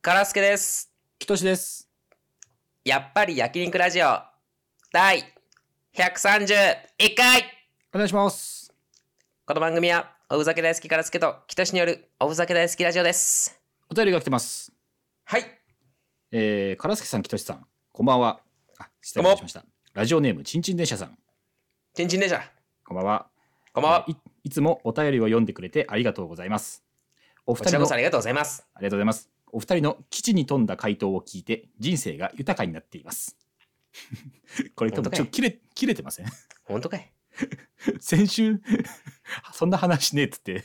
からすけです。きとしです。やっぱり焼肉ラジオ、第131回お願いします。この番組は、おふざけ大好きからすけと、きとしによるおふざけ大好きラジオです。お便りが来てます。はい。えー、からすけさん、きとしさん、こんばんは。あ、失礼しました。ラジオネーム、ちんちん電車さん、ちんちん電車。こんばんは。こんばんは。えーいいつもお便りを読んでくれてありがとうございます。おこち二人らこのそありがとうございます。ありがとうございます。お二人の基地に富んだ回答を聞いて人生が豊かになっています。 これ多分ちょっと切れ切れてませんほんとかい。先週そんな話ねえっつって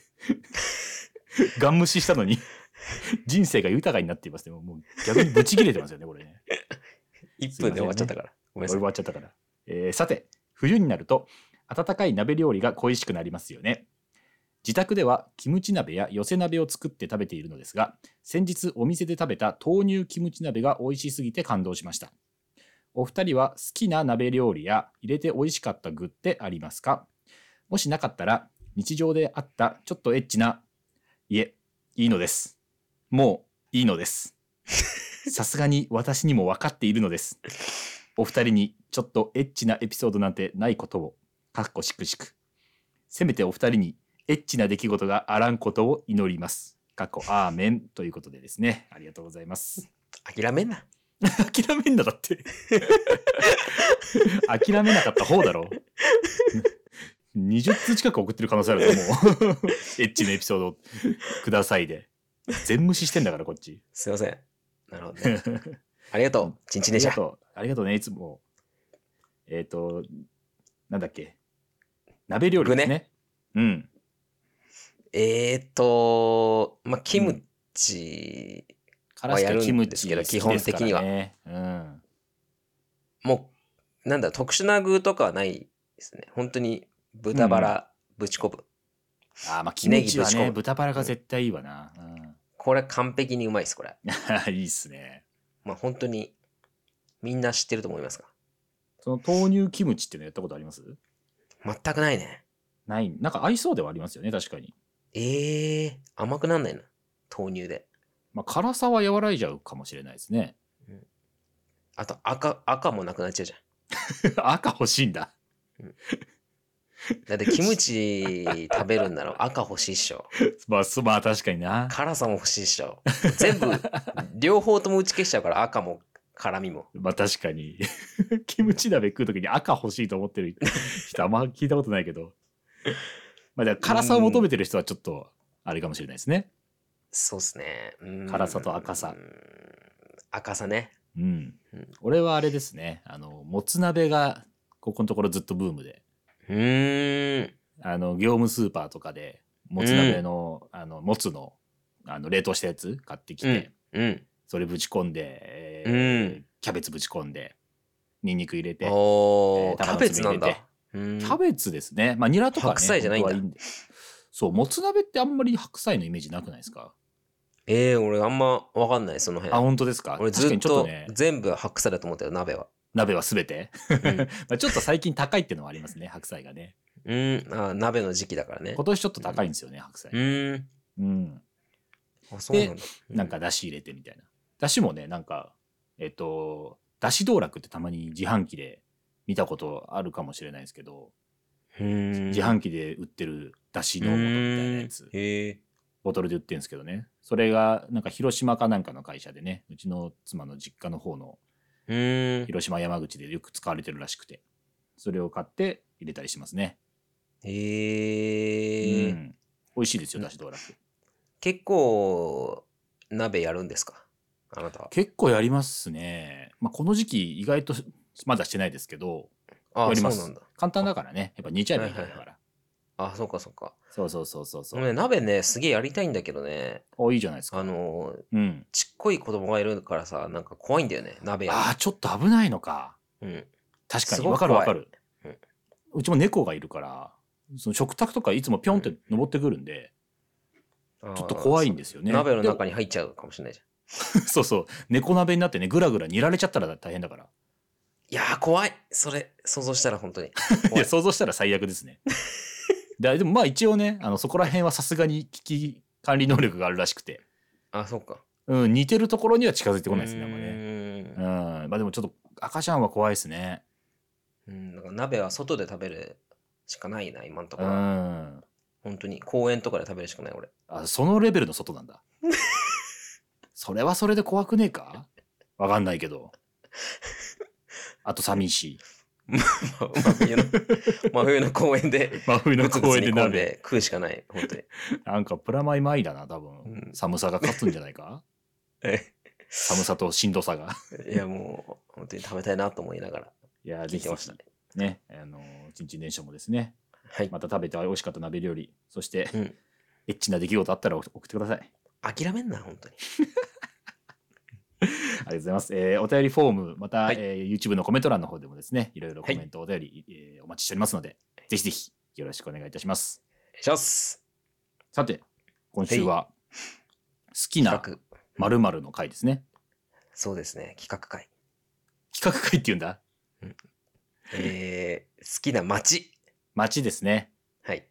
ガン無視したのに人生が豊かになっていますね。もう逆にブチ切れてますよねこれね。 1分で終わっちゃったから。ごめんなさ終い。わっちゃったから。えーさて冬になると温かい鍋料理が恋しくなりますよね。自宅ではキムチ鍋や寄せ鍋を作って食べているのですが先日お店で食べた豆乳キムチ鍋が美味しすぎて感動しましたお二人は好きな鍋料理や入れて美味しかった具ってありますかもしなかったら日常であったちょっとエッチないえいいのですもういいの ですさすがに私にも分かっているのですお二人にちょっとエッチなエピソードなんてないことをかっこしくしくせめてお二人にエッチな出来事があらんことを祈ります。過去アーメンということでですね。ありがとうございます。諦めんな。 諦めんなだって。 諦めなかった方だろう。20通近く送ってる可能性あると思う。 エッチなエピソードくださいで。全無視してんだからこっち。すいません。なるほど、あね。ありがとう。ちんちん電り車が。とう。ありがとうね、いつも。えっ、と、なんだっけ。鍋料理ですね。うん。えーと、まあ、キムチ、からしやかるんキムチですけど好きですから基本ねうん。もう、なんだ、特殊な具とかはないですね。本当に、豚バラ、ぶちこぶ。あーまあキムチはネギぶち込ねむ豚バラが絶対いいわな、うこれ完璧にうまいです、これ。ん、 いいっすねまあ、本当に、みんな知ってると思いますが。その豆乳キムチっていうのやったことあります全くないね。ないなんか合いそうではありますよね確かにえー、甘くなんないな。豆乳で。まあ辛さは和らいじゃうかもしれないですね あと、赤、赤もなくなっちゃうじゃ赤欲しいんだん。だって、キムチ食べるんな ら赤欲しいっしょ。まあそまあ確かにな辛さも欲しいっしょ。全部、両方とも打ち消しちゃうから、赤も辛みも。まあ確かに キムチ鍋食う時に赤欲しいと思ってる人あんま聞いたことないけどまあだから辛さを求めてる人はちょっとあれかもしれないですねそうっすね。うん辛さと赤さ。うん赤さね。うん、うん俺はあれですねあのもつ鍋がここのところずっとブームでうーん。あの業務スーパーとかでもつ鍋の,、あのもつのあの冷凍したやつ買ってきて、うん。それぶち込んで、えーうんキャベツぶち込んでにんにく入れてキおえー、ーキ玉ャのベつツぶな入れんてだ。うんャベツですねまあニラとか、ね、白菜じゃないんだ本当はいいでそうもつ鍋ってあんまり白菜のイメージなくないですか、ええ俺あんまわかんない、そのあ辺。本当ですか俺確ずかっにちょっととね全部白菜だと思ったよ、鍋 は。鍋は全てうんまあちょっと最近高いっていうのはありますね白菜がねうん、あ鍋の時期だからね今。年ちょっと高いんですよね白菜うん。うんあ、そうなんだ。うなんか、だし入れてみたいな。だしもね、なんか、えっと、だし道楽ってたまに自販機で見たことあるかもしれないですけど、うん、自販機で売ってるだしの素みたいなやうつん、へえ。ボトルで売ってるんですけどね。それが、なんか広島かなんかの会社でね、うちの妻の実家の方のうん。広島山口でよく使われてるらしくて、それを買って入れたりしますね。へえ、うん美味しいですよ、だし道楽。結構、鍋やるんですかあなたは。結構やりますね。まあ、この時期意外とまだしてないですけど、あやりますそうなんだ。簡単だからね。やっぱ煮ちゃえばいいだけだはかいら。あ、そうかそうか。そうそうそうそうそ俺ね、う。鍋ね、すげえやりたいんだけどね。おいいじゃないですあか。の、うん。ちっこい子供がいるからさ、なんか怖いんだよね、鍋やる。ああ、ちょっと危ないのか。うん。確かすに。ごわくか怖るいわかるうん。うちも猫がいるから、その食卓とかいつもぴょんって登ってくるんで、ちょちょっと怖いんですよね。鍋の中に。に入っちゃうかもしれないじゃん。そうそう。猫鍋になってね、ぐらぐら煮られちゃったら大変だから。いやー怖いそれ想像したら本当にい怖いや、想像したら最悪ですね。 だでもまあ一応ね、あのそこら辺はさすがに危機管理能力があるらしくて、あそうかうん、似てるところには近づいてこないですね、なんかね。ねうん。まあでもちょっと、赤ちゃんは怖いですね。うん、なんか鍋は外で食べるしかないな、今んとこうろ。ん。本当に公園とかで食べるしかない、俺。 あ、そのレベルの外なん だ。それはそれで怖くねえかわかんないけど。あと寂しい。真冬の、真冬の公園で、真 冬ブのツブ公ツ園で煮込ん鍋。で食うしかない、本当に。なんかプラマイマイだな、多分。うん寒さが勝つんじゃな いかえ寒さとしんどさが。いや、もう、本当に食べたいなと思いながらいやー、聞いぜひてぜましひたね。ね、あのー、ちんちん電車もですね、はい。また食べて美味しかった鍋料理、そして、うんエッチな出来事あったら送ってください。あり諦めんな、本当に。がとうございます。えーお便りフォーム、また、はいえー YouTube のコメント欄の方でもですね、いろいろコメント、お便り、えーお待ちしておりますので、ぜひぜひよろしくお願いいたします。お願いします。さて、今週は、好きな企画。 〇〇の回ですね。そうですね、企画会。企画会っていうんだ。えー、好きな街。街ですね。はい。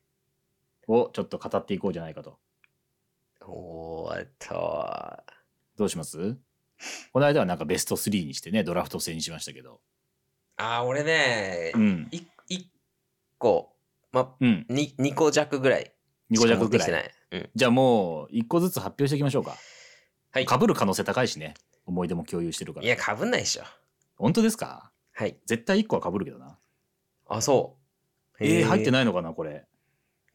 をちょっと語っていこうじゃないかと。おー、えっと、どうしますこの間はなんかベスト3にしてね、ドラフト制にしましたけど。あー、俺ねう、ん。い一個、ま、うん。に二個弱ぐらい。 2個弱しか持ってぐきらてい。ない。うん。じゃあもう、1個ずつ発表していきましょうか。はい。被る可能性高いしね。思い出も共有してるかいら。や、かぶんないでしょ。本当ですかはい。絶対1個は被るけどな。あ、そう。えー、入ってい。ないのかな、これ。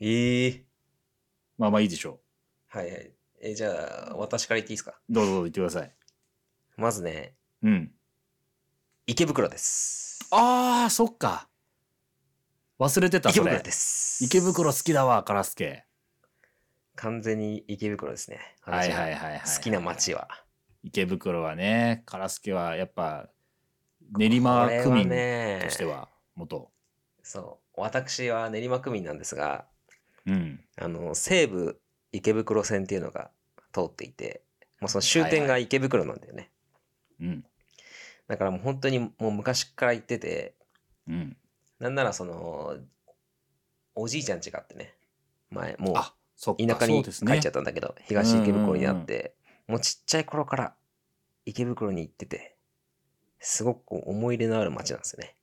えー。まあまあいいでしょはいはい。えーじゃあ、私から言っていいですか。う。どうぞどうぞ言ってください。まずね、うん。池袋です。あー、そっか。忘れてた、池そ袋れ。です。池袋好きだわ、カラスケ。完全に池袋ですね。。はいはいいはいはい。好きな。街は。池袋はね、カラスケはやっぱ、練馬区これは民ねとしては、元。そう。私は練馬区民なんですが、うん。あの、西武池袋線っていうのが通っていて、もうその終点が池袋なんだよね。うん。だからもう本当にもう昔から行ってて、うん。なんならその、おじいちゃん家があってね、前、もうあ、そっか、田舎そうにです帰っねちゃっ。たんだけど、東池袋にあって、もうちっちゃい頃から池袋に行ってて、すごく思い入れのある街なんですよね。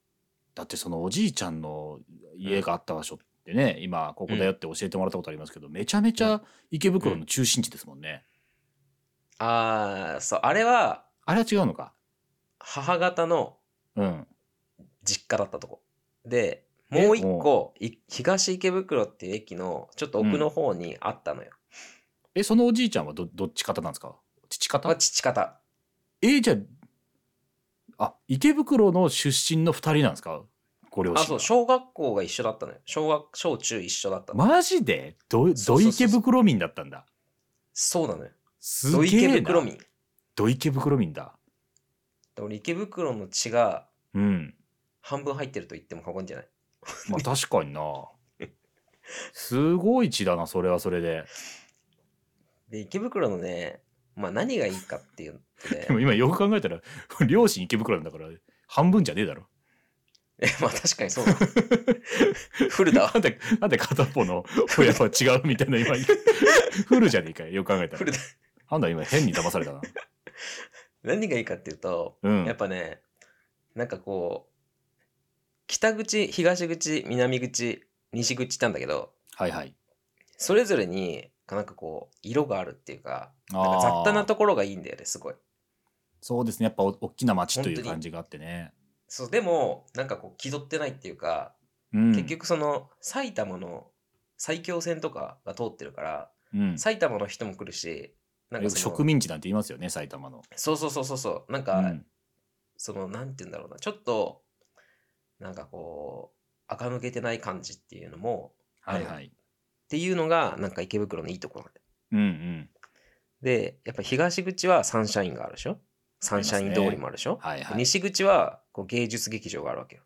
だってそのおじいちゃんの家があった場所ってね、今ここだよって教えてもらったことありますけど、めちゃめちゃ池袋の中心地ですもんね。あー、そう、あれはあれは違うのか。母方のうん。実家だったとこ。で、もう一え個、い東池袋っていう駅のちょっと奥の方にあったのよ。え、そのおじいちゃんはどどっち方なんですか父方、まあ、父方。えーじゃあ、あ、池袋の出身の二人なんですかご両親あ、が。そう、小学校が一緒だったのよ。小学、小中一緒だったの。マジでそど、うどそうそうそ池う袋民だったんだ。そうなのよ。すげえドな。池袋民。ど池袋民だ。で俺池袋の血がうん。半分入ってると言っても過言じゃない。まあ確かにな。すごい血だな、それはそれ で。で、池袋のね、まあ何がいいかっていうとね でも今よく考えたら両親池袋なんだから半分じゃねえだろ。え、まあ確かに そうだ。フルだわな。んでなんで片方の親は違うみたいな今フルじゃねえかよよく考えたフらル。だ。なんだ今変に騙されたな。何がいいかっていうと、うん。やっぱね、なんかこう、北口、東口、南口、西口ってあるんだけど、はいはい。それぞれに、なんかこう、色があるっていうか、あなんか雑多なーところがいいんだよね、すごい。そうですねやっぱお大きな街と本い当うに感じがあってね。そう、でも、なんかこう、気取ってないっていうか、うん、結局その、埼玉の埼京線とかが通ってるから、うん、埼玉の人も来るし、なんかその植民地なんて言いますよね埼玉の。そうそうそうそうそうなんうか、ん、そのなんて言うんだろうなちょっとなんかこう垢抜けてない感じっていうのもあはるいはい。っていうのがなんか池袋のいいところなんだようんうん。でやっぱ東口はサンシャインがあるでしょサンシャイン通りもあるでしょ、はいではい。西口はこう芸術劇場があるわけよ、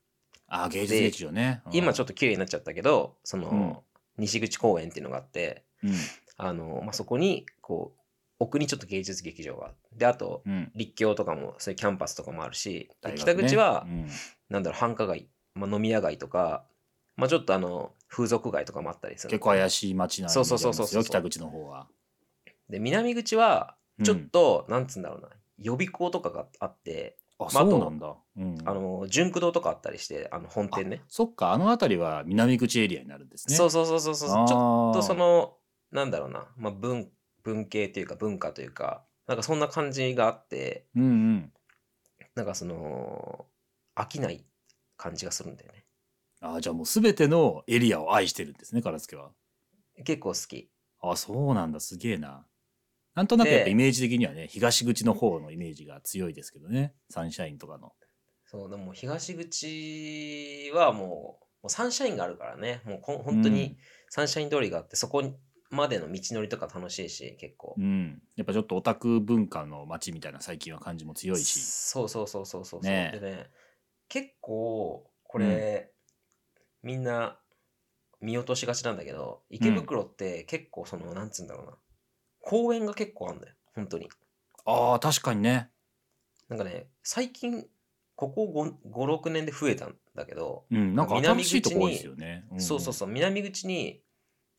あー芸術劇場ね。今ちょっっと綺麗になっちゃったけどその、うん西口公園っていうのがあってと。うんあの、まあ、そこにこう奥にちょっと芸術劇場があるであとうん。立教とかもそういうキャンパスとかもあるし、で大学北ね口は、うんなんだろう繁華街、まあ、飲み屋街とか、まあ、ちょっとあの風俗街とかもあったりする結構怪しい街なんでそうそうそうそう北口の方は。で南口はちょっと、なんつうんだろうな、予備校とかがあって、あまああとそうなんだ、うん、あの、純駆動とかあったりして、あの、本店ね。そっかあの辺りは南口エリアになるんですねそうそそうそうそうそう。ちょょっとその、なんだろうな、まあ、文、文系というか文化というか、なんかそんな感じがあって、うんうんなんかその、飽きない感じがするんだよね。あじゃあもう全てのエリアを愛してるんですねカラスケは結構好き。あそうなんだすげえななんとなくやっぱでイメージ的にはね東口の方のイメージが強いですけどねサンシャインとかのそう、でも東口はもう、もうサンシャインがあるからね、もうこ本当うにんサンシャイン通りがあって、そこまでの道のりとか楽しいし、結構う。ん、やっぱちょっとオタク文化の街みたいな最近は感じも強いし、そうそうそうそうそうそう。ねえでね、結構、これ、みんな見落としがちなんだけど、池袋って結構、その、なんつうんだろうな、公園が結構あるんだよ、本当に。ああ確かにねなんかね、最近、ここ5、5 6年で増えたんだけど、うんなんか新南口しいにとこ多いですよね、んんそうそうそう、南口に、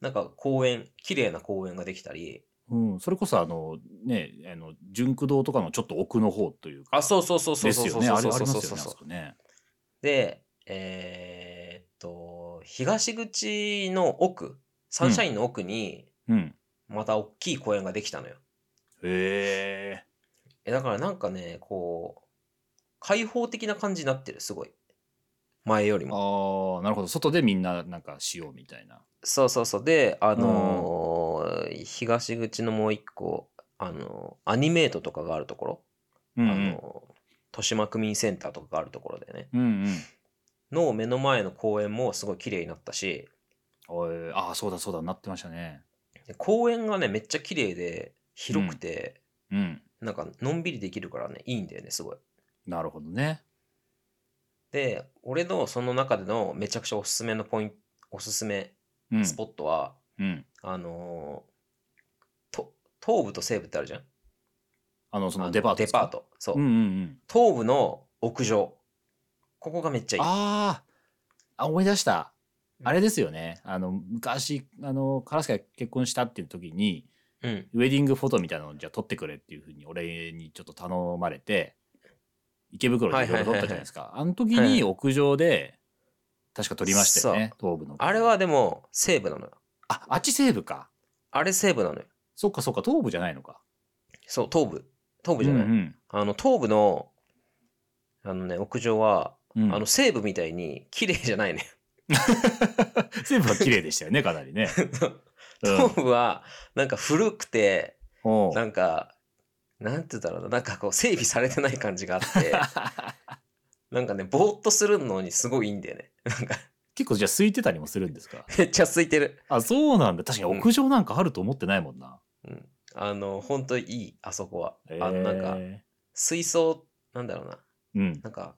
なんか公園、綺麗な公園ができたり、うん、それこそあのねあの純駆堂とかのちょっと奥の方というかあ、そうそうそうそうでそすうそようねそうあそうれありますそうそうよねあそこねで、えーっと、東口の奥、サンシャインの奥に、うんまた大きい公園ができたのよ。へええ、だからなんかね、こう、開放的な感じになってる、すごい。前よりあも。ーなるほど外でみんななんかしようみたいなそうそうそう。で、あのー東口のもう一個、あのーアニメートとかがあるところ、うんうあのんー豊島区民センターとかがあるところでね、うんうんの目の前の公園もすごい綺麗になったし、おいああそうだそうだなってましたねで公園がね、めっちゃ綺麗で、広くて、うんなんか、のんびりできるからね、いいんだよね、すごい。なるほどねで、俺のその中でのめちゃくちゃおすすめのポイント、おすすめうんスポットは、うんあのーと、東部と西部ってあるじゃんあのそあののデパートでデすパかート。そう。うんうんうん東部の屋上。ここがめっちゃいい。あーあ思い出したうんあれですよねあの昔あのカラスが結婚したっていう時にうん。ウェディングフォトみたいなのをじゃあ撮ってくれっていうふうに俺にちょっと頼まれて池袋でいろいろ撮ったじゃないですか、あの時はいに屋上で確か撮りましたよね東部のあれはでも西部なのよ。ああっち西部かあれ西部なのよ。そっかそっか東部じゃないのかそう、東部。東部じゃない。うんうんあの、東部の、あのね、屋上は、うんあの、西部みたいに綺麗じゃないね。西部は綺麗でしたよねかな りね、うん東部は、なんか古くて、おうなんか、なんて言うんだろうな、なんかこう整備されてない感じがあ って、なんかね、ぼーっとするのにすごいいいんだよね。 なんか、結構じゃあ空いてたりもするんですかめっちゃ空いてる。あそうなんだ確かに屋上なんかあると思ってないもんな、うん。あの、ほんといい、あそこは。あへの、ーなんか、水槽、なんだろうな、うんなんか、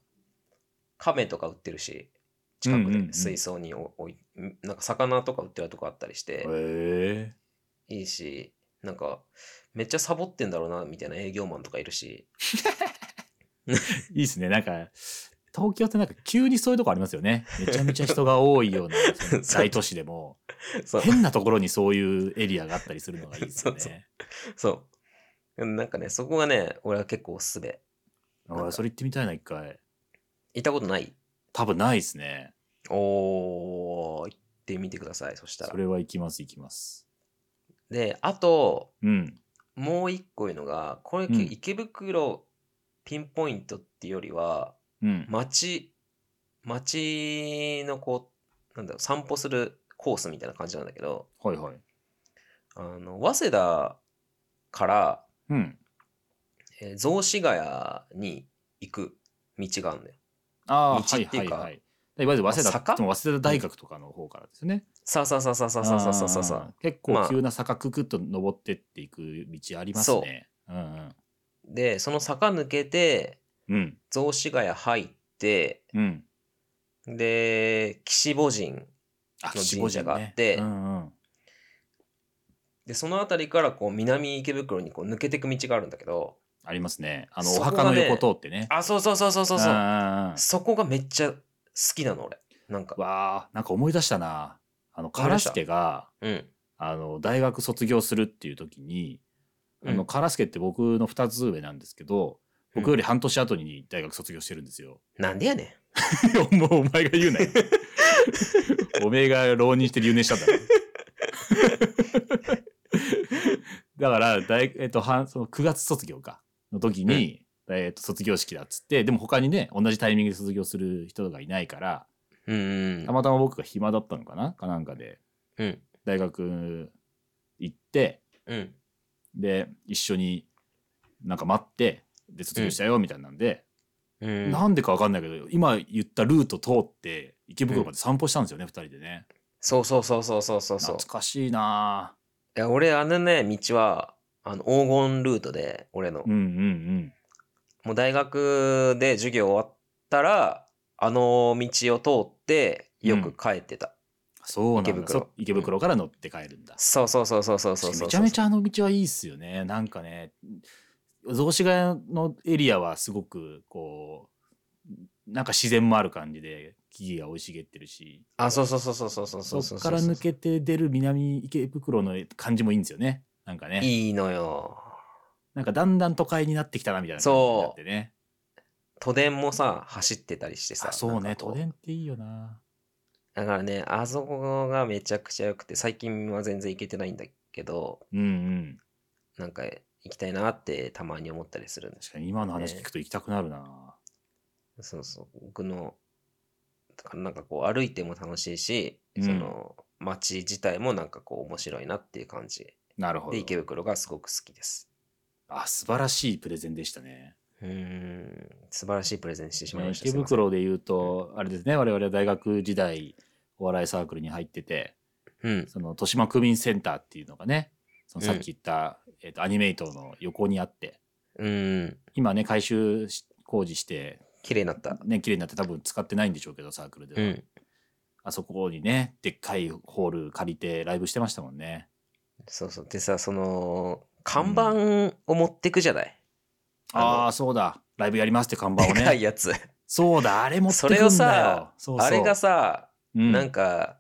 亀とか売ってるし、近くうんうんうでん水槽にお置い、なんか魚とか売ってるとこあったりしへて、えいいし、なんか、めっちゃサボってんだろうな、みたいな営業マンとかいるし、いいですね。なんか、東京ってなんか急にそういうとこありますよね。めちゃめちゃ人が多いよう なその大都市でも、そう、変なところにそういうエリアがあったりするのがいいですよ そうね。そう。なんかね、そこがね、俺は結構おすすめ。あーそれ行ってみたいな、一回。行ったことない多分ないですね。おー、行ってみてください、そしたらそ。れは行きます、行きます。で、あと、うん。もう一個いうのが、これ、うん池袋ピンポイントっていうよりは、うん。街、街のこう、なんだろう、散歩するコースみたいな感じなんだけど、はいはい。あの、早稲田から、うん。えー雑司ヶ谷に行く道があるんだよ。ああ、道はっいてはいいうかはい。いわゆる早稲田坂早稲田大学とかの方からですよね。さあさあさあさあさあさあさあさあさあー結構急な坂くくっと登ってっていく道ありますね。うんで、その坂抜けて、うん。うん。雑司ヶ谷入って、うん。で、岸母神。あの七五神時社があってうんうん。で、その辺りからこう南池袋にこう抜けていく道があるんだけど、ありますね。あの、そおこがね墓の横通ってね。あ、そうそうそうそうそううんそうう。んうんそこがめっちゃ好きなの、俺。なんか。わあ、なんか思い出したな。あの、思カいラ出したスケが、うん。あの、大学卒業するっていう時に、あの、うんカラスケって僕の2つ上なんですけど、僕より半年後に大学卒業してるんですよ。なんでやねいやもうお前が言うなよ。おめえが浪人して留年したんだろ。だから大、えっと、はんその9月卒業かの時に、えっと、卒業式だっつってでも他にね同じタイミングで卒業する人がいないからん。うんた。またま僕が暇だったのかなかなんかでうん。大学行ってうん。で一緒になんか待ってで卒業したよみたいなんで、うん。なんでか分かんないけど今言ったルート通って池袋まで散歩したんですよね、二2人でねそうそうそうそうそうそうそう。懐かしいないや、俺、あのね、道は、あの、黄金ルートで、俺のぁ。うんうんもう大学で授業終わったら、あの道を通って、よく帰ってた。そうなん池だ袋そう池袋から乗って帰るんだ、そうそうそうそうそうそうそう。めちゃめちゃあの道はいいっすよねなんかね雑司ヶ谷のエリアはすごくこうなんか自然もある感じで木々が生い茂ってるしあ、そうそうそうそうそうそうそうそっから抜けて出る南池袋の感じもいいんですよねなんかねいいのよ。なんかだんだん都会になってきたなみたいな感じにそうなってね都電もさ、走ってたりしてさ。あそうなねんかこ都電っていいよなだからね、あそこがめちゃくちゃ良くて、最近は全然行けてないんだけど、うんうんなんか行きたいなってたまに思ったりするんです確かに今の話聞くと行きたくなるな、そうそう、僕の、だからなんかこう歩いても楽しいし、うんその街自体もなんかこう面白いなっていう感じなるほどで、池袋がすごく好きです。あ素晴らしいプレゼンでしたねうーん、素晴らしいプレゼンしてしまいました。池袋で言うとあれですね我々は大学時代お笑いサークルに入っててすいません。うん、その豊島区民センターっていうのがねそのさっき言った、えっとアニメイトの横にあってうん、今ね改修し工事して綺麗になった。ね綺麗になって多分使ってないんでしょうけどサークルでうは、ん。あそこにねでっかいホール借りてライブしてましたもんねそうそう。でさ、その、看板を持ってくじゃない、ああーそうだライブやりますって看板をでかいねやつ。そうだあれ持ってくんだよそれをさそうそうあれがさ、うんなんか、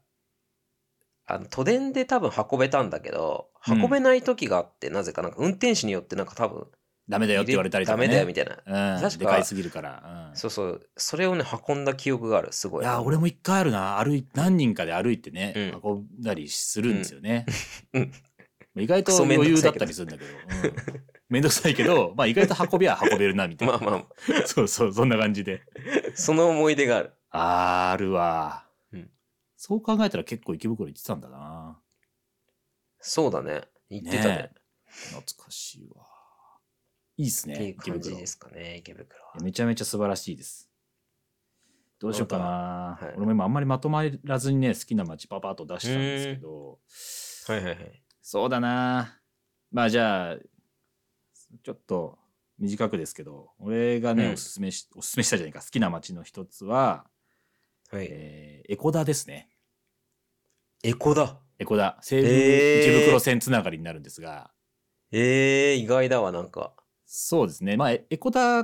あの都電で多分運べたんだけど、うん運べない時があって、なぜかなんか運転手によってなんか多分、ダメだよって言われたりとか、ね、ダメだよみたいな。うん、確かでかいすぎるから、うん、そうそう。それをね、運んだ記憶がある、すごい。いや俺も一回あるな歩い何人かで歩いてね、うん運んだりするんですよね、うん意外とクソめんど余く裕さだいっけたどりするんだけどうんめんどくさいけど、まあ、意外と運びは運べるなみたいまあなまあ、そうそうそんな感じでその思い出がある。あーあるわ、うんそう考えたら結構池袋行ってたんだなそうだね。言ってたねね。懐かしいわいいっすってねいう池感袋じですかね、池袋は。めちゃめちゃ素晴らしいです。どうしようか本な、当だはい俺も今あんまりまとまらずにね好きな街パパッと出したんですけど、はいはいはい。そうだなまあじゃあちょっと短くですけど俺がね、うんおすすめしおすすめしたじゃないか好きな街の一つは、はい、えーエコダですねエコだ。エコダ西武えー池袋線つながりになるんですが、えー、意外だわ、なんか。そうですねまあエエコダ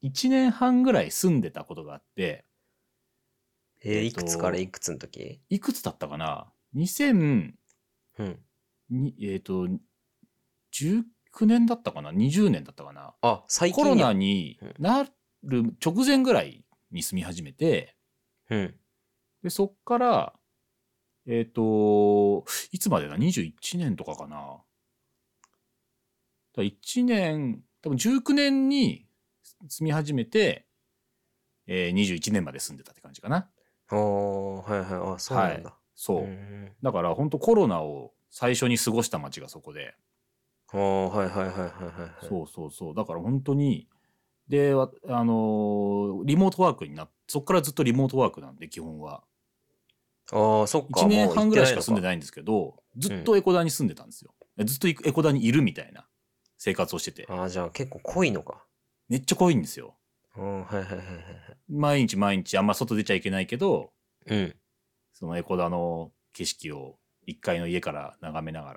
1年半ぐらい住んでたことがあってえーえいっとくつからいくつの時いくつだったかな2000うん。にえっ、と19年だったかな20年だったかなあ、最近コやロナになる直前ぐらいに住み始めてうん。でそっからえっ、といつまでだ21年とかかなだ1年多分19年に住み始めて、えー、21年まで住んでたって感じかなおー、はいはい。あ、そうなんだ。そう、うんだから本当コロナを最初に過ごした街がそこでああ、はいはいはいはいはい。そうそうそう。だから本当に、で、わあのーリモートワークになっそこからずっとリモートワークなんで、基本は。う。ああ、そっか。 1年半ぐらいしか住んでない。ないんですけど、ずっとエコダに住んでたんですよ。ずっとエコダにいるみたいな生活をしてて。ああー、じゃあ結構濃いのか。めっちゃ濃いんですよ。うん、はいはいはいはい。毎日毎日あんま外出ちゃいけないけど、うん。そのエコダの景色を1階の家から眺めなが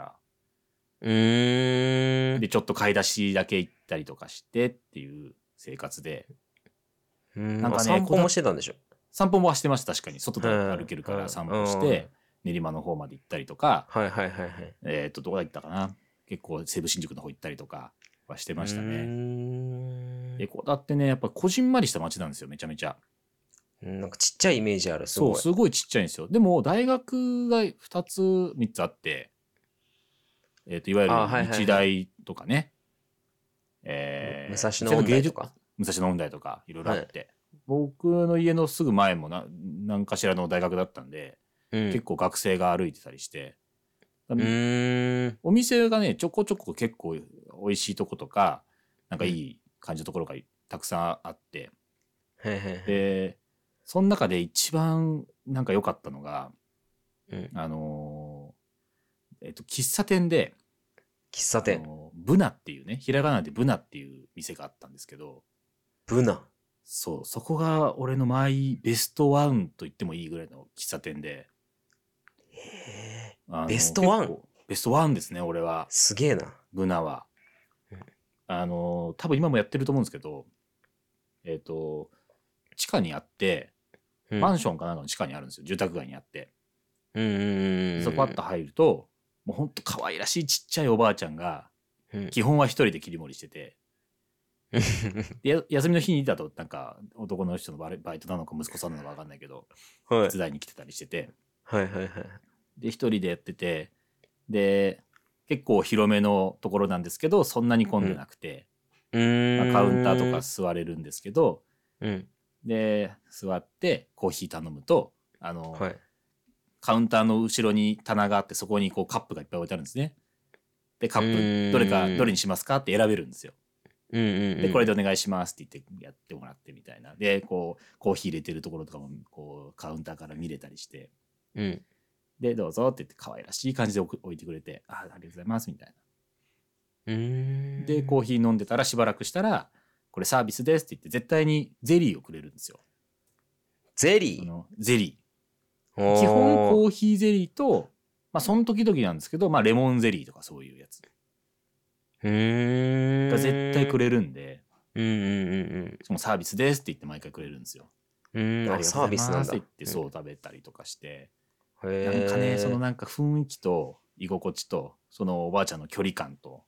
うーら、ん。で、ちょっと買い出しだけ行ったりとかしてっていう生活で、うんなんかねあ散歩もしてたんでしょ。散歩も走ってました確かに外でうん歩けるかうらん散歩して練馬の方まで行ったりとか、はいはいはいはい。えっとどこだ行ったかな結構西武新宿の方行ったりとかはしてましたうーね。んで、こだってね、やっぱこじんまりした街なんですよ、めちゃめちゃ。うんなんかちっちゃいイメージあるすそごう、いすごいちっちゃいんですよ。でも、大学が2つ、3つあって、えっ、と、いわあはいはいゆはるい日大とかね、えー武蔵野音大とか武蔵野音大とかいろいろあって、僕の家のすぐ前もな何かしらの大学だったんで、うん結構学生が歩いてたりして、うーんお店がねちょこちょこ結構美味しいとことかなんかいい感じのところがたくさんあって、はいはいはいでその中で一番なんか良かったのがうんあのーえっと喫茶店で、喫茶あ店のーブナっていうねひらがなでブナっていう店があったんですけどブナそうそこが俺のマイベストワンと言ってもいいぐらいの喫茶店でへえあのベストワン結構ベストワンですね俺はすげえなブナはうん。あのー多分今もやってると思うんですけど、えっ、と、地下にあって、うんマンションかなんかの地下にあるんですよ、住宅街にあって。うんうんうんうんそこあった入ると、もうほんと可愛らしいちっちゃいおばあちゃんが、うん基本は一人で切り盛りしてて、でや休みの日にだと、なんか男の人のバレバイトなのか息子さんなのか分かんないけど、はい手伝いに来てたりしてて、はいはいはいで、一人でやってて、で、結構広めのところなんですけど、そんなに混んでなくて、うーんまあ、カウンターとか座れるんですけど、うんで座ってコーヒー頼むとあの、はいカウンターの後ろに棚があってそこにこうカップがいっぱい置いてあるんですね。でカうーッんプどれかどれにしますかって選べるんですよ。うんうんうんでこれでお願いしますって言ってやってもらってみたいな。でこうコーヒー入れてるところとかもこうカウンターから見れたりしてうんでどうぞって言って可愛らしい感じで置く置いてくれてあありがとうございますみたいうーな。んでコーヒー飲んでたらしばらくしたらこれサービスですって言って絶対にゼリーをくれるんですよ。ゼあリーのゼリー。おー基本コーヒーゼリーと、まあ、その時々なんですけど、まあ、レモンゼリーとかそういうやつうーんが絶対くれるんで、うんうんうんしかもサービスですって言って毎回くれるんですよ。うんうんあありがとサーうございビまスすなんっだて言ってそうう食べたりとかして、んへーなんかねそのなんか雰囲気と居心地とそのおばあちゃんの距離感と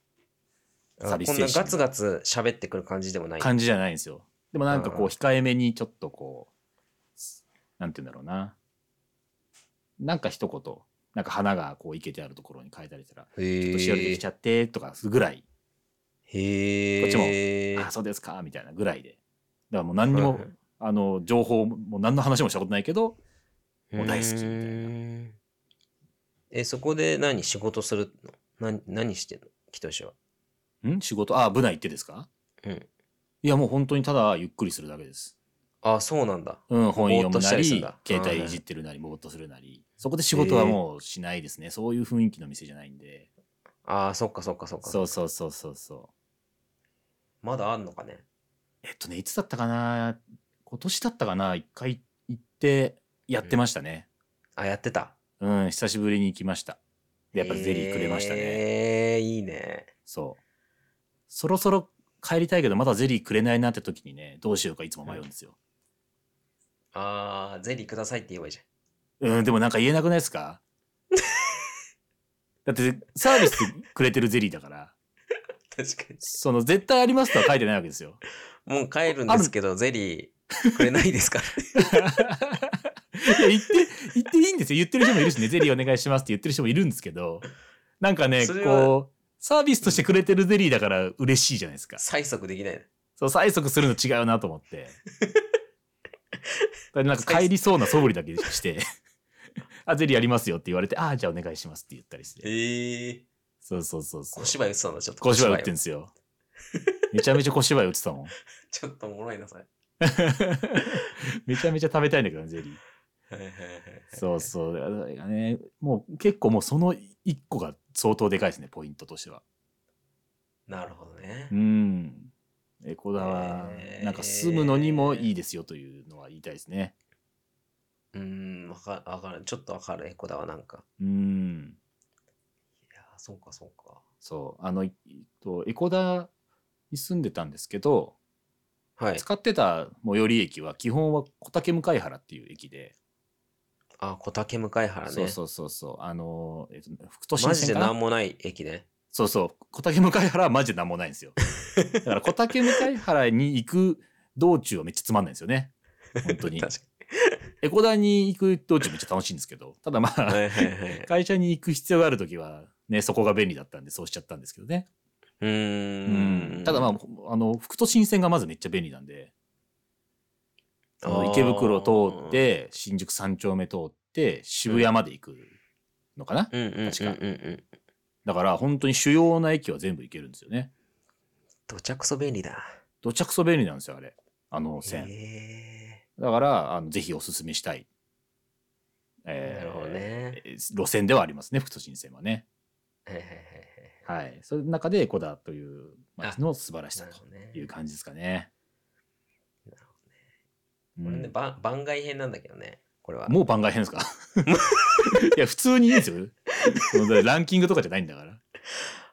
サービスこんな精ガツ神ガツ喋ってくる感じでもない。感じじゃないんですよ。でもなんかこううん控えめにちょっとこうなんて言うんだろうななんか一言なんか花がこういけてあるところに変えたりしたらへー年寄りできちゃってとかぐらいへえ。こっちももあそうですかみたいなぐらいでだからもう何にも、はいはいあの情報ももう何の話もしたことないけどもう大好きみたいなえ、そこで何仕事するの何何してんのキトシは。ん仕事あ部内行ってですかうん。いやもう本当にただゆっくりするだけです、あ、そうなんだ。うん、本読ぼーっとむしなたりりするんだう携んう帯んいじってるなりぼーっとするなりそこで仕事はもうしないですね、そういう雰囲気の店じゃないんであ、そっかそっかそっか。そうそうそうそうそうまだあんのかね。えっとねいつだったかな今年だったかな一回行ってやってましたねあ、やってた。うん、久しぶりに行きましたでやっぱりゼリーくれましたね、へえ、いいね。そう。そろそろ帰りたいけど、まだゼリーくれないなって時にね、どうしようかいつも迷うんですよ。あー、ゼリーくださいって言えばいいじうん、でもなんか言えなくないで すかだってサービスくれてるゼリーだから、ゃん。 確かに。その絶対ありますとは書いてないわ けですよ。もう帰るんですけど、ゼリーくれないです かいや、言って、言っていいんですよ。言ってる人もいるしね、ゼリーお願いしますって言ってる人もいるんですけど、なんかね、それはこう、サービスとしてくれてるゼリーだから嬉しいじゃないですか。催促できない。そう、催促するの違うなと思って。 だからなんか帰りそうな素振りだけして、 あ、ゼリーやりますよって言われて、あー、じゃあお願いしますって言ったりして。ええ。そうそうそうそう小。芝居打ってたんだ、ちょっと。小芝居打ってんんで すよ。めちゃめちゃ小芝居打ってたもん。ちょっとおもろいな、それ。めちゃめちゃ食べたいんだけどね、ゼリー。はいはいはいはいそうそう。あれがね、もう結構もうその一個が相当でかいですね、ポイントとしては。なるほどねう。ん。エコダはへ、ーなんか住むのにもいいですよというのは言いたいですね。うーん、わかわかる。ちょっとわかる、エコだわ、なんか。うん。いやー、そうか、そうか。そうあのいえっとエコダに住んでたんですけど、はい。使ってた最寄り駅は基本は小竹向原っていう駅で、あ、小竹向原ね。そうそうそうそうあの、えっと、副都マ心ジ線でかななんもない駅ね。そうそう小竹向原はマジで何もないんで すよだから小竹向原に行く道中はめっちゃつまんないんですよね本当 に確かエコダに行く道中めっちゃ楽しいんですけどただまに。はあいはいはい。 会社に行く必要がある時はねそこが便利だったんでそうしちゃったんですけどねうーん。ただあまああの副都心線がまずめっちゃ便利なんでそのー池袋通っ、て新宿三丁目通って渋谷まで行くのかな、うんうんうんうん確かうん。だから本当に主要な駅は全部行けるんですよねどちゃくそ便利だ。どちゃくそ便利なんですよあれあの線へだからあのぜひおすすめしたい、えーなるほどね。えー路線ではありますね副都心線はねはいはいはいはい。はいその中でエコダという街の素晴らしさなるとほどねいう感じですかねなるほうんこれね、ば番外編なんだけどね。これは。もう番外編ですか いや普通にいいんですよ そのランキングとかじゃないんだから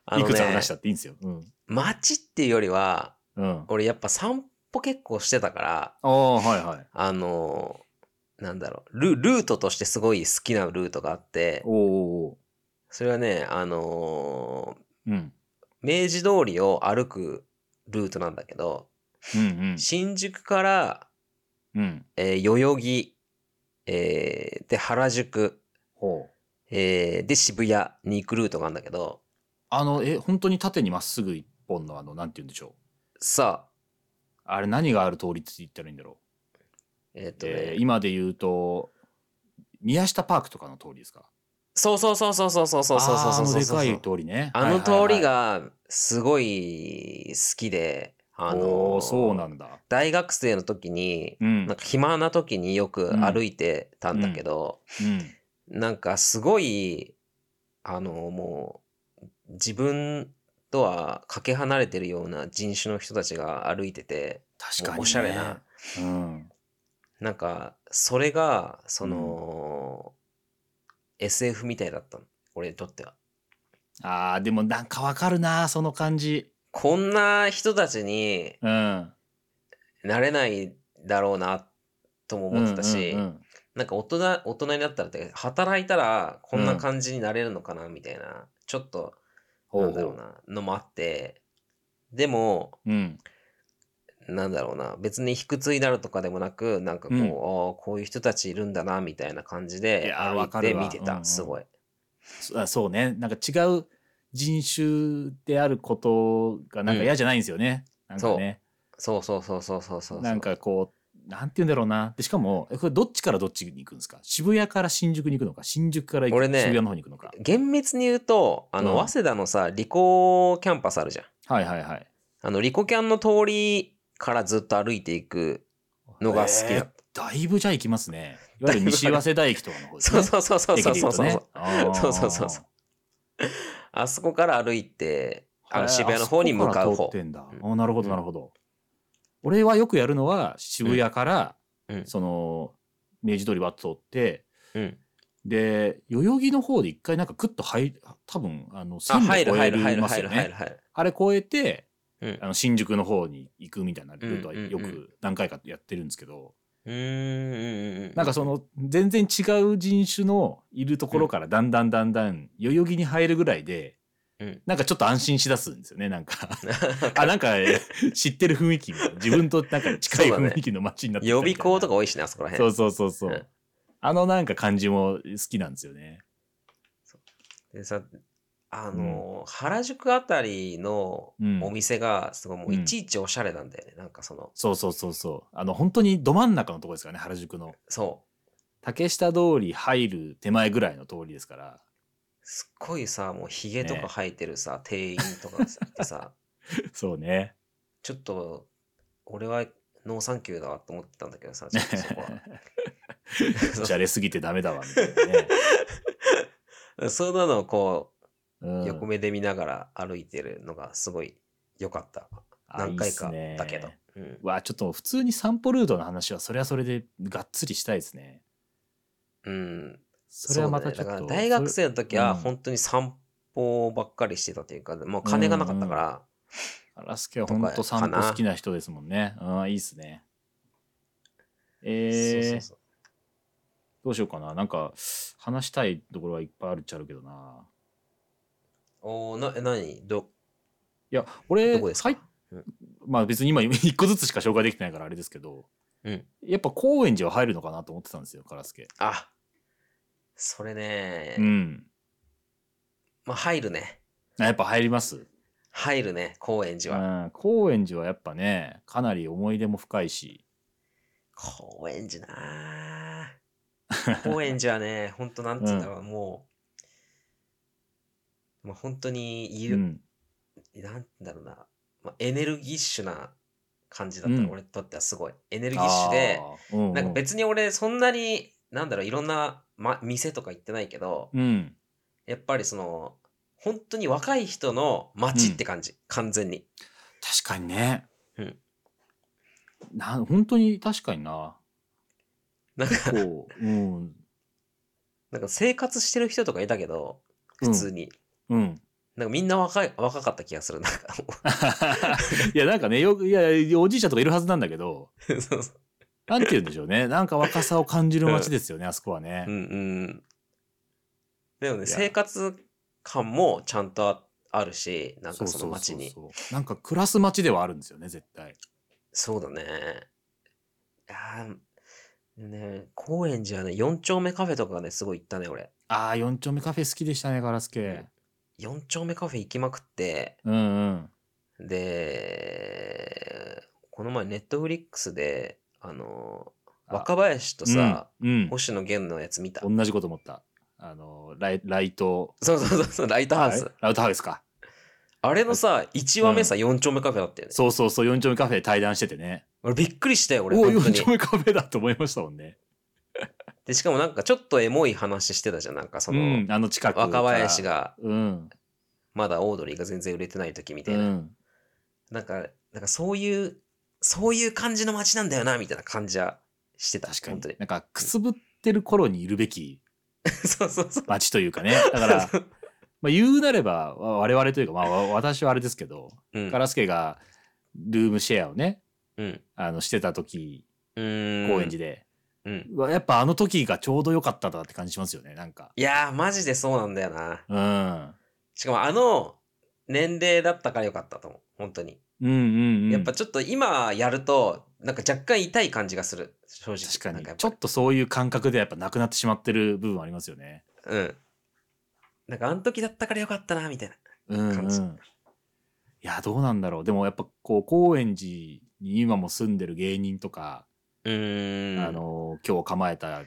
あいのねくつ話したっていいんですよ。うん。街っていうよりは、うん。俺やっぱ散歩結構してたから、ああ、はいはい。あのーなんだろうル、ルートとしてすごい好きなルートがあって、おおおそれはね、あのー。うん。ー明治通りを歩くルートなんだけど、うん新宿から、うん。うん。えー代々木、えーで、原宿、ほう。えーで、渋谷に行くルートがあるんだけど、あの、え、本当に縦にまっすぐ一本の、あの、なんて言うんでしょさあ、う。あれ、何がある通りって言ったらいいんだろえーっう。とね、えー今で言うと、宮下パークとかの通りですか。そうそうそうそうそうそうそうそうそうそうそうあーあのでかい通りね。あの通りはいはいはい。がすごい好きで、あのーおおー、そうなんだ。大学生の時に、うん。なうんかん暇な時によく歩いてたんだけど、なんかすごい、あのーもう、自分とはかけ離れてるような人種の人たちが歩いてて、確かに、ね。おしゃれな。うん。なんか、それが、その、SF みたいだったの。俺にとっては。ああ、でもなんかわかるな、その感じ。こんな人たちにうん。なれないだろうなとも思ってたし、うんうんうんなんか大人大人になったらって働いたらこんな感じになれるのかなみたいな、ちょっとほうなほんだろうう。なのもあってでもうん。なんだろうな別に卑屈になるとかでもなくなんかこう、うんあーこういう人たちいるんだなみたいな感じいでやー歩わいかてるわ見てた、うんうんすごい。そあそうねなんか違う人種であることがなんか嫌じゃないんですよね、なんかねそうそうそうそうそうそうそう。なんかこうなんて言うんだろうなでしかもえこれどっちからどっちに行くんですか渋谷から新宿に行くのか新宿から行く俺ね渋谷の方に行くのか厳密に言うとあの、うん早稲田のさ理工キャンパスあるじゃん。はいはいはいあのリコキャンの通りからずっと歩いていくのが好きだった。えーだいぶじゃあ行きますねいわゆる西早稲田駅とかの方です そうねそうそうそうそうそうそう、そそうそうそうそうあそこから歩いて、あの渋谷の方に向かう方。通ってんだうんあーなるほどなるほど、俺はよくやるのは渋谷から、うんその明治通りバッと通ってうん。で代々木の方で一回なんかクッと入る多分あのあ、線路入る越え入る入るます入よる入るね入る。あれ越えてうんあの新宿の方に行くみたいなルートはうんうんうんよく何回かやってるんですけど、うーん。ううなんかそ、の全然違う人種のいるところからだんだんだんだん代々木に入るぐらいで、うんなんかちょっと安心しだすんですよねなんかあなんかえ知ってる雰囲気みたいな自分となんか近いそうだね雰囲気の街になってきた 予みたい備な校とか多いしね、あそこらそ辺。うそうそうそう、うんあのなんか感じも好きなんですよねでさ、あのー、原宿あたりのうんお店が、すごいもううんいちいちおしゃれなんだよね。なんかその、そうそうそうそう。あの、本当にど真ん中のとこですからね、原宿の。そう。竹下通り入る手前ぐらいの通りですから。 すっごいさ、もうヒゲとねか生えてるさ、店員とかさ、いて さ、そうね。ちょっと、俺はノーサンキューだわと思ってたんだけどさ、ちょっとそこは。 じゃれすぎてダメだわ、みたいな ね。そんなのをこうう、ん横目で見ながら歩いてるのがすごい良かった。あ何回かいいっすねだけど。うんわあちょっと普通に散歩ルートの話はそれはそれでがっつりしたいですね。うん。それはまたちそょうっだと。ねだから大学それ生の時うはん本当に散歩ばっかりしてたというか、もう金がなかったから、アラスケは本当散歩好きな人ですもんね。うん、いいっすね。えー、そうそうどうしようかな。なんか話したいところはいっぱいあるっちゃあるけどな。そうおーな、え何ど、いや俺どこですかはいうんまあ別に今 一個ずつしか紹介できてないからあれですけどうん。やっぱ高円寺は入るのかなと思ってたんですよカラスケあ、それね、うんまあ入るね。あやっぱ入ります、入るね、高円う寺は。ん、高円寺はやっぱねかなり思い出も深いし高円寺なあ高円寺はね、 ほんとなんつうんだろう、もう、まあ、本当にいうる、んなんて言うんだろうな、まあ、エネルギッシュな感じだったの、うん俺にとってはすごい。エネルギッシュで、あーううなんか別に俺そんなに、なんだろう、いろんな、ま、店とか行ってないけど、うんやっぱりその、本当に若い人の街って感じ、完全に。確かにね、うんな本当に確かにななんか、こううんなんか生活してる人とかいたけど、普通に。うん なんかみんな若い若かった気がする。なんかもいやなんかねよくいやおじいちゃんとかいるはずなんだけどう そうそうなんて言うんでしょうねなんか若さを感じる街ですよねあそこはね、うんうん。でもね、いや生活感もちゃんとああるし、なんかその街に。そうそうそうそうなんか暮らす街ではあるんですよね絶対そうだね。あーね、高円寺はね、4丁目カフェとかがね、すごい行ったね、俺。ああ四丁目カフェ好きでしたねガラスケ4丁目カフェ行きまくって、うんうんで、この前、ネットフリックスで、あの、あ若林とさ、うん、星野源のやつ見た。うん、同じこと思ったあのライライトそうそうそうそう、ライトハウス。ライトハウスかあれのさ、1話目さ、4丁目カフェだったよね。そうそうそう四丁目カフェで対談しててね俺びっくりしたよ、俺。おお本当4に丁。目カフェだと思いましたもんねで、しかもなんかちょっとエモい話してたじゃん。なんかその、うん、あの近く若林がが、うんまだオードリーが全然売れてない時みたういな。んなんか、なんかそういう、そういう感じの街なんだよな、みたいな感じはしてた。確かに本当に。 なんかくすぶってる頃にいるべきそうそうそう。街とい うかねだからまあ言うなればわ我々というかまあわ私はあれですけどうんガ。ラスケがルームシェアをねうん。あのしてた時うーん高円寺で、うん。うわやっぱあの時がちょうど良かったなって感じしますよねなんかいやー、マジでそうなんだよな。うんしかもあの、年齢だったからよかったと思う。本当に。うんうん、うん、やっぱちょっと今やると、なんか若干痛い感じがする。正直。確かなんにやぱちょっとそういう感覚でやっぱなくなってしまってる部分ありますよねうん。なんかあの時だったからよかったな、みたいな。うん、うん、感じいやどうなんだろうでもやっぱこう高円寺に今も住んでる芸人とか、うーん。あ、の今日構えた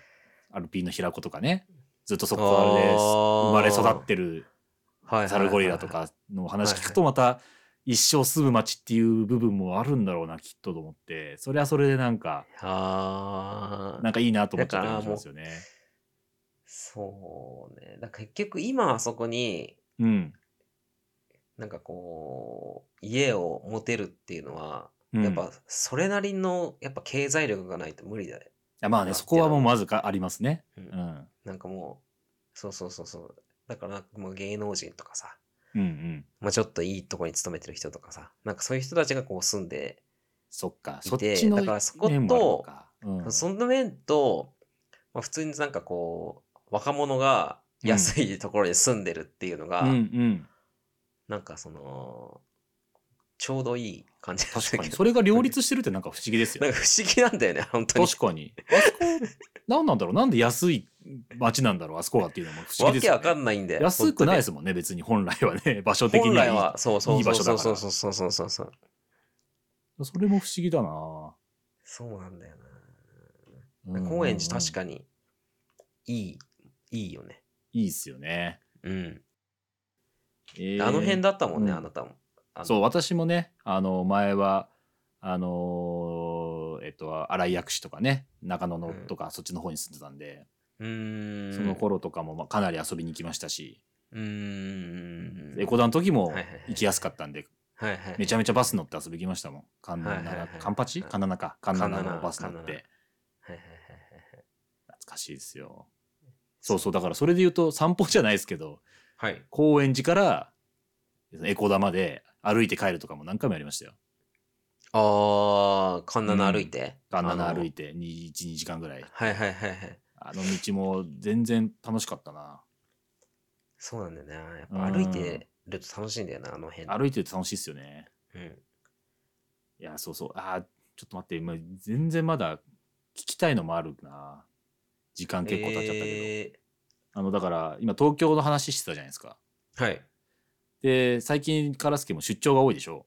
アルピーの平子とかねずっとそこであー生まれ育ってるはいはいはいはいサルゴリラと。かの話聞くとまた一生住む街っていう部分もあるんだろうなきっとと思ってそれはそれでなんかあなんあ。かいいなと思っちゃったりしますよね。そうね。なんか結局今あそこに、うん、なんかこう、家を持てるっていうのは、うんやっぱそれなりの、やっぱ経済力がないと無理だね。いやまあねそこはもうまずかありますね。う。うんんなんかもう、そうそうそうそう。だからなんかもう芸能人とかさ、うんうん、まあちょっといいとこに勤めてる人とかさ、なんかそういう人たちがこう住んで、そっかいてそっちのだからそこと面もあるのかうんその面と、まあ、普通になんかこう、若者が安いところに住んでるっていうのが、うんうん、なんかその、ちょうどいい感じなんだ確けかにどそれが両立してるってなんか不思議ですよなんね。か不思議なんだよね、本当に。確かにあそこ何なんだろうなんで安い街なんだろうあそこはっていうのも不思わ議ですけよわね。かんないんだよ。安くないで本すもんね別に本来は ね場所当に的に本は来は、そうそういい場そう所そだうかそらうそうそうそうそうそう。それも不思議だな。そうなんだような。ん高円寺確かに、いい、いいよね。いいっすよね。うん。えーあの辺だったもんね、うんあなたも。あのそう私もねあの前はあのーえっと新井薬師とかね中野のうんとか、そっちの方に住んでたんで、うーん。その頃とかもまあかなり遊びに行きましたし、うーん。エコダの時もはいはいはい行きやすかったんで、はいはい。めちゃめちゃバス乗って遊びに行きましたもん神はいはいは奈い神八神奈か神奈神の七バス乗っ神てはいはいはいはい懐かしいですよそうそうだからそれで言うと散歩じゃないですけどはい。はい。高円寺からエコダまで歩いて帰るとかも何回もやりましたよああ、カンナナ歩いて。神奈の歩いて。て12時間ぐらいはいはいはいはい。あの道も全然楽しかったな。そうなんだよね。やっぱ歩いてると楽しいんだよな、あの辺。歩いてると楽しいですよね。うん。いや、そうそう。あーちょっと待って、今、全然まだ聞きたいのもあるな。時間結構経っちゃったけど。えあの、だから、今、東京の話してたじゃないですか。ーはい。で、最近、カラスケも出張が多いでしょ。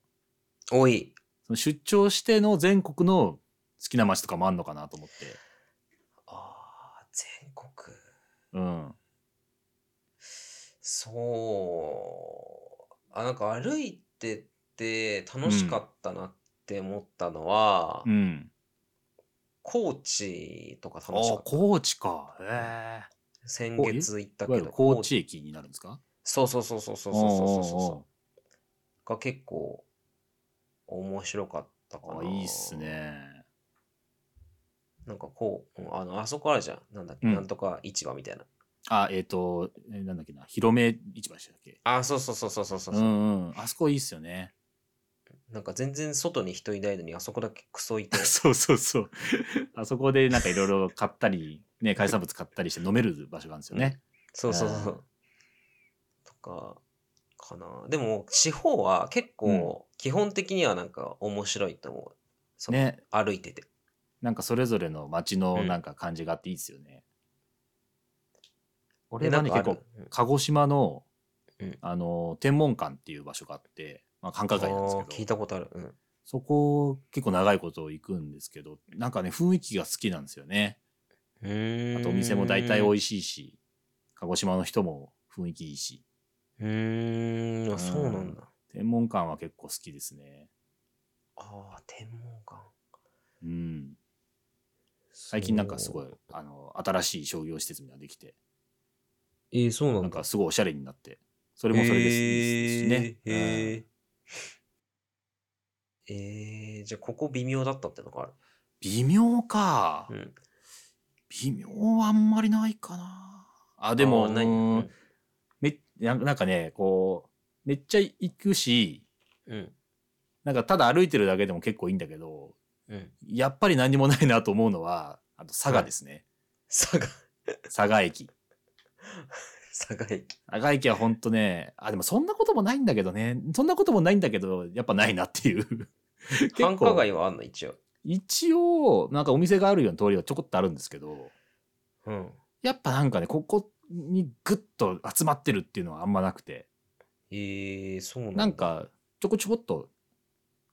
多い。その出張しての全国の好きな街とかもあんのかなと思って。ああ、全国。うん。そう。あ、なんか歩いてて楽しかったなって思ったのは、うん。高知とかあ楽しかーった。高知か。へ先月行ったえ。いわけゆるど、高知駅になるんですかそうそうそうそうそうそうそうそうそう。が結構面白かったおーかおーおな。ーあいいっす。ね。なんかこう、うんあの、あそこあるじゃん。なんだっけ、うんなんとか市場みたいな。あ、えっ、と、えーなんだっけな、広め市場でしたっけあ、そうそうそうそうそうそう。うんうん。あそこいいっすよね。。なんか全然外に人いないのに、あそこだけクソいて そうそうそう。あそこでなんかいろいろ買ったり、 ね、海産物買ったりして飲める場所があるんですよね。そうそうあそーう。とか、かな。でも、地方は結構、基本的にはなんか面白いと思う。そうね。歩いてて。なんかそれぞれの街のうんなんか感じがあっていいですよでね。俺はね、なんか結あ構る、うん鹿児島の、うんあの、天文館っていう場所があって、まあ、繁華街なんですあー聞けいど、たことある。うん。そこ結構長いこと行くんですけど、なんかね、雰囲気が好きなんですよね。うーんあとお店も大体美い。味しいし、鹿児島の人も雰囲気いいし、うーん、うんあ、そうなんだ。天文館は結構好きですね。ああ、天文館。うん。最近なんかすごいそう。あの新しい商業施設みたいなのができてえー、そうなんなんだ。かすごいおしゃれになってそれもそれです,、しね、えーうんえーえーじゃあここ微妙だったってのがある。微妙か、うん、微妙はあんまりないかなあでもあーないうんうんめななんかねこうめっちゃ行くしうんなんかただ歩いてるだけでも結構いいんだけどうん。やっぱり何もないなと思うのはあと佐賀ですね、佐賀、 佐賀駅佐賀駅。佐賀駅はほんとねあでもそんなこともないんだけどねそんなこともないんだけどやっぱないなっていう結構繁華街はあんの一応。一応なんかお店があるような通りはちょこっとあるんですけどうん。やっぱなんかねここにグッと集まってるっていうのはあんまなくてえー、そうなんだ。なんかちょこちょこっと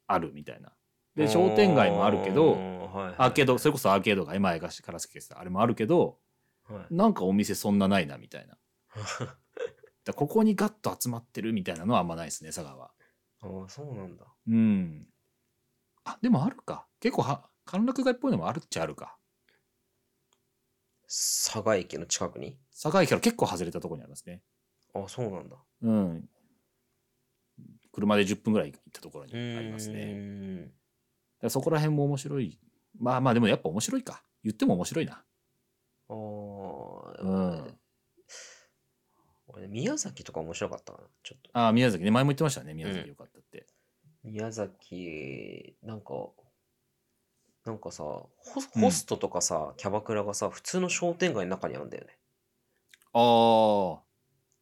あるみたいなで商店街もあるけどあー、はいはいアーケードそれこそアーケードが今江頭からすけあれもあるけどはい なんかお店そんなないなみたいなだからここにガッと集まってるみたいなのはあんまないですね佐賀はあーそうなんだ。うんあでもあるか結構は歓楽街っぽいのもあるっちゃあるか佐賀駅の近くに佐賀駅から結構外れたところにありますねあそうなんだ。うん。車で10分ぐらい行ったところにうーんありますね。だか。らそこら辺も面白い。まあまあでもやっぱ面白いか。言っても面白いな。ああ、うん。俺宮崎とか面白かったかな、ちょっと。ああ、宮崎ね。前も言ってましたね。宮う崎んよかったって。宮崎なんかなんかさホうんホストとかさ、キャバクラがさ普通の商店街の中にあるんだよねああ、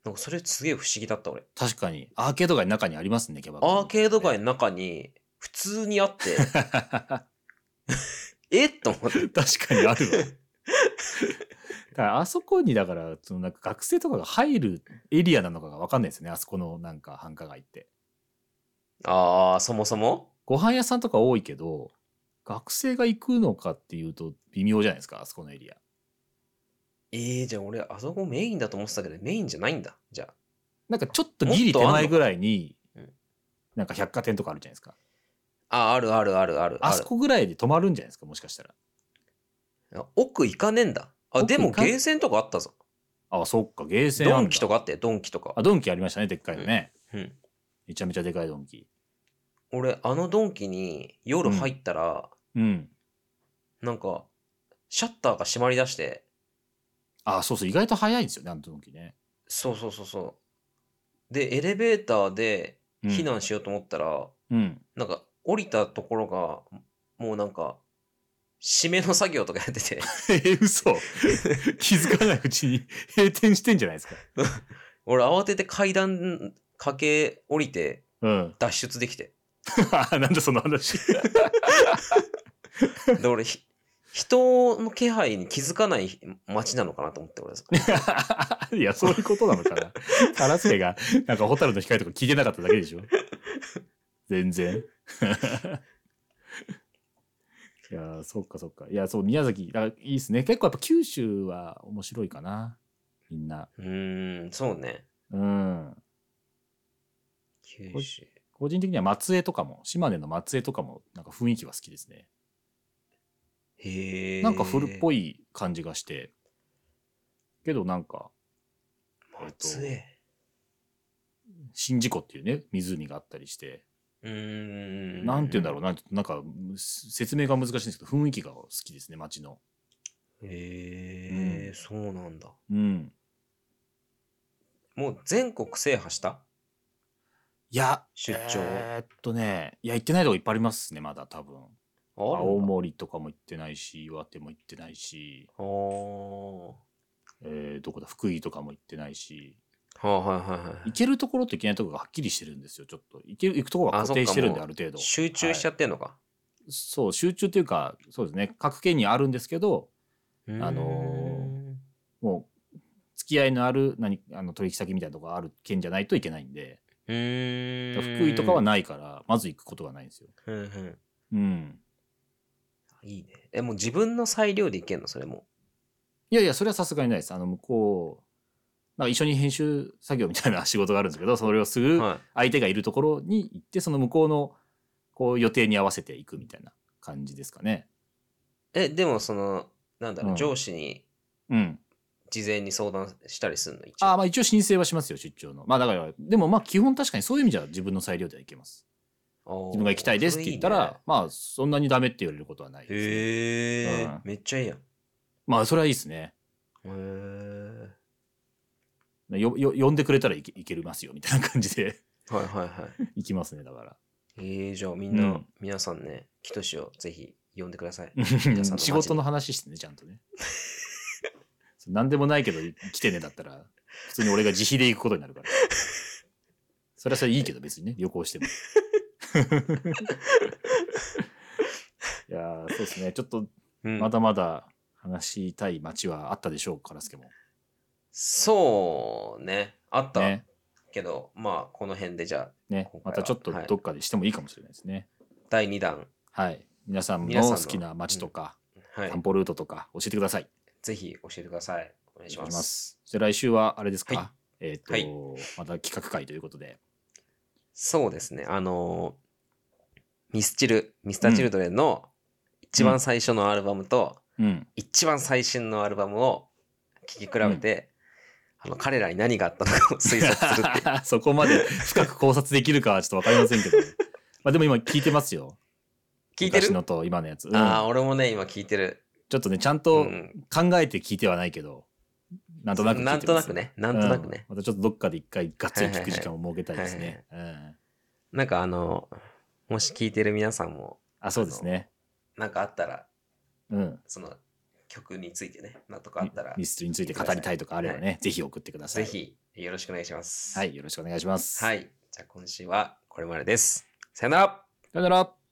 なんかそれすげえ不思議だった俺確かに。アーケード街の中にありますね、キャバクラアーケード 街の中に普通にあって えっと思って確か にあるわ。だからあそこにだからそのなんか学生とかが入るエリアなのかが分かんないですねあそこのなんか繁華街ってああそもそもご飯屋さんとか多いけど学生が行くのかっていうと微妙じゃないですかあそこのエリアえー、じゃあ俺あそこメインだと思ってたけどメインじゃないんだじゃあなんかちょっとギリ手前ぐらいにもっとあんのなんか百貨店とかあるじゃないですかああるあるあるあるあるそこぐらいで止まるんじゃないですかもしかしたらあ奥行かねえんだあ奥でも行かんゲーセンとかあったぞあそっかゲーセンあドるんだンキとかあってドンキとかあドンキありましたねでっかいのね、うんめちゃめちゃでかいドンキ俺あのドンキに夜入ったら、うんなんかシャッターが閉まりだしてあそうそう意外と早いんですよねあのドンキね、そうそうそうそうでエレベーターでうん、避難しようと思ったら、うんなんか降りたところがもうなんか締めの作業とかやって て えー、 嘘気づかないうちに閉店してんじゃないですか俺慌てて階段駆け降りてうん。脱出できて。 なんだその話。だから俺ひ人の気配に気づかない街なのかなと思って俺さ いや、そういうことなのかな。カラスケが、なんか、ホタルの光とか聞いてなかっただけでしょ。全然。 いやー、そっかそっか。いや、そう、宮崎、だからいいですね。結構やっぱ九州は面白いかな。みんな。うーんそうねうん。九州個人的には松江とかも、島根の松江とかも、なんか雰囲気は好きですね。へえなんか古っぽいい感じがして。けどなんか、松江宍道湖っていうね、湖があったりして、うーんなんて言うんだろうな、ちょっとなんかす説明が難しいんですけど、雰囲気が好きですね、街の。うへうえんそうなんだうん。もう全国制覇したいや、出張えーっとね、いや、行ってないとこいっぱいありますね、まだ多分。あ青森とかも行ってないし、岩手も行ってないし、あーえーどこだ、福井とかも行ってないし、はあはいはいはい行けるところと行けないところがはっきりしてるんですよ、ちょっと。行ける行くところがあそ固っか定してるんで、もうある程度。集中しちゃはってんのか、いそう、集中というか、そうですね、各県にあるんですけど、うーんあのもう、付き合いのある何あの取引先みたいなとこがある県じゃないといけないんで、うーん福井とかはないから、まず行くことがないんですよ。うんうんうん。いいねえもう自分の裁量でいけんのそれもいやいや、それはさすがにないです。あの、向こう、なんか一緒に編集作業みたいな仕事があるんですけど、それをするは相手がいるところに行って、その向こうの、こう、予定に合わせていくみたいな感じですかね。いえでもそのなんだろう、うん上司にうん。事前に相談したりするの一あー応まあ一応申請はしますよ、出張の。まあだから、でもまあ基本確かにそういう意味じゃ自分の裁量では行けます。自分が行きたいですって言ったら、まあそんなにダメって言われることはないですね、へえ、うんめっちゃいいやんへまあそれはいいですね。えよ、よ、呼んでくれたらいけ、いけますよ、みたいな感じで はいはいはい行きますね、だから。 えー、じゃあみんな、うん皆さんね、キトシをぜひ呼んでください。皆さんの街に仕事の話してね、ちゃんとね。 そう何でもないけど来てねだったら、普通に俺が自費で行くことになるから。それはそれいいけど別にね、旅 行しても。いやーそうですね。ちょっとうん、まだまだ話したい街はあったでしょう、カラスケも。そうね、あった、ね。けど、まあ、この辺でじゃあ、ね今回はまたちょっとどっかでしてもいいかもしれないですね。第2弾、はい。皆さん皆さんのの好きな街とか、はい散、歩ルートとか教えてください。ぜひ教えてください。お願いします。そして来週はあれですか、はいえっ、と、はいまた企画会ということで。そうですね、あのーミスチル、ミスターチルドレンの一番最初のアルバムと、 うん。一番最新のアルバムを聴き比べて、あの彼らに何があったのかを推測するっていうそこまで深く考察できるかはちょっとわかりませ んけど。まあでも今聞いてますよ。 聞いてる昔のと今のやつ。うんああ、俺もね、今聞いてる。ちょっとね、ちゃんうとん考えて聞いてはないけど、なんとなく聞いてなまんすとなく。ね、なんとなくね。うんまたちょっとどっかで一回がっつり聞く時間を設けたいですね。うんなんかあの、もし聞いてる皆さんも、あ、そうですね。なんかあったら、うん。その曲についてね、なんとかあったらミ、ステリーについて語りたいとかあればね、ぜひ送ってください。ぜ。ひよろしくお願いします。は。い、よろしくお願いします。。はいい。じゃあ今週はこれまでです。さよならさよなら。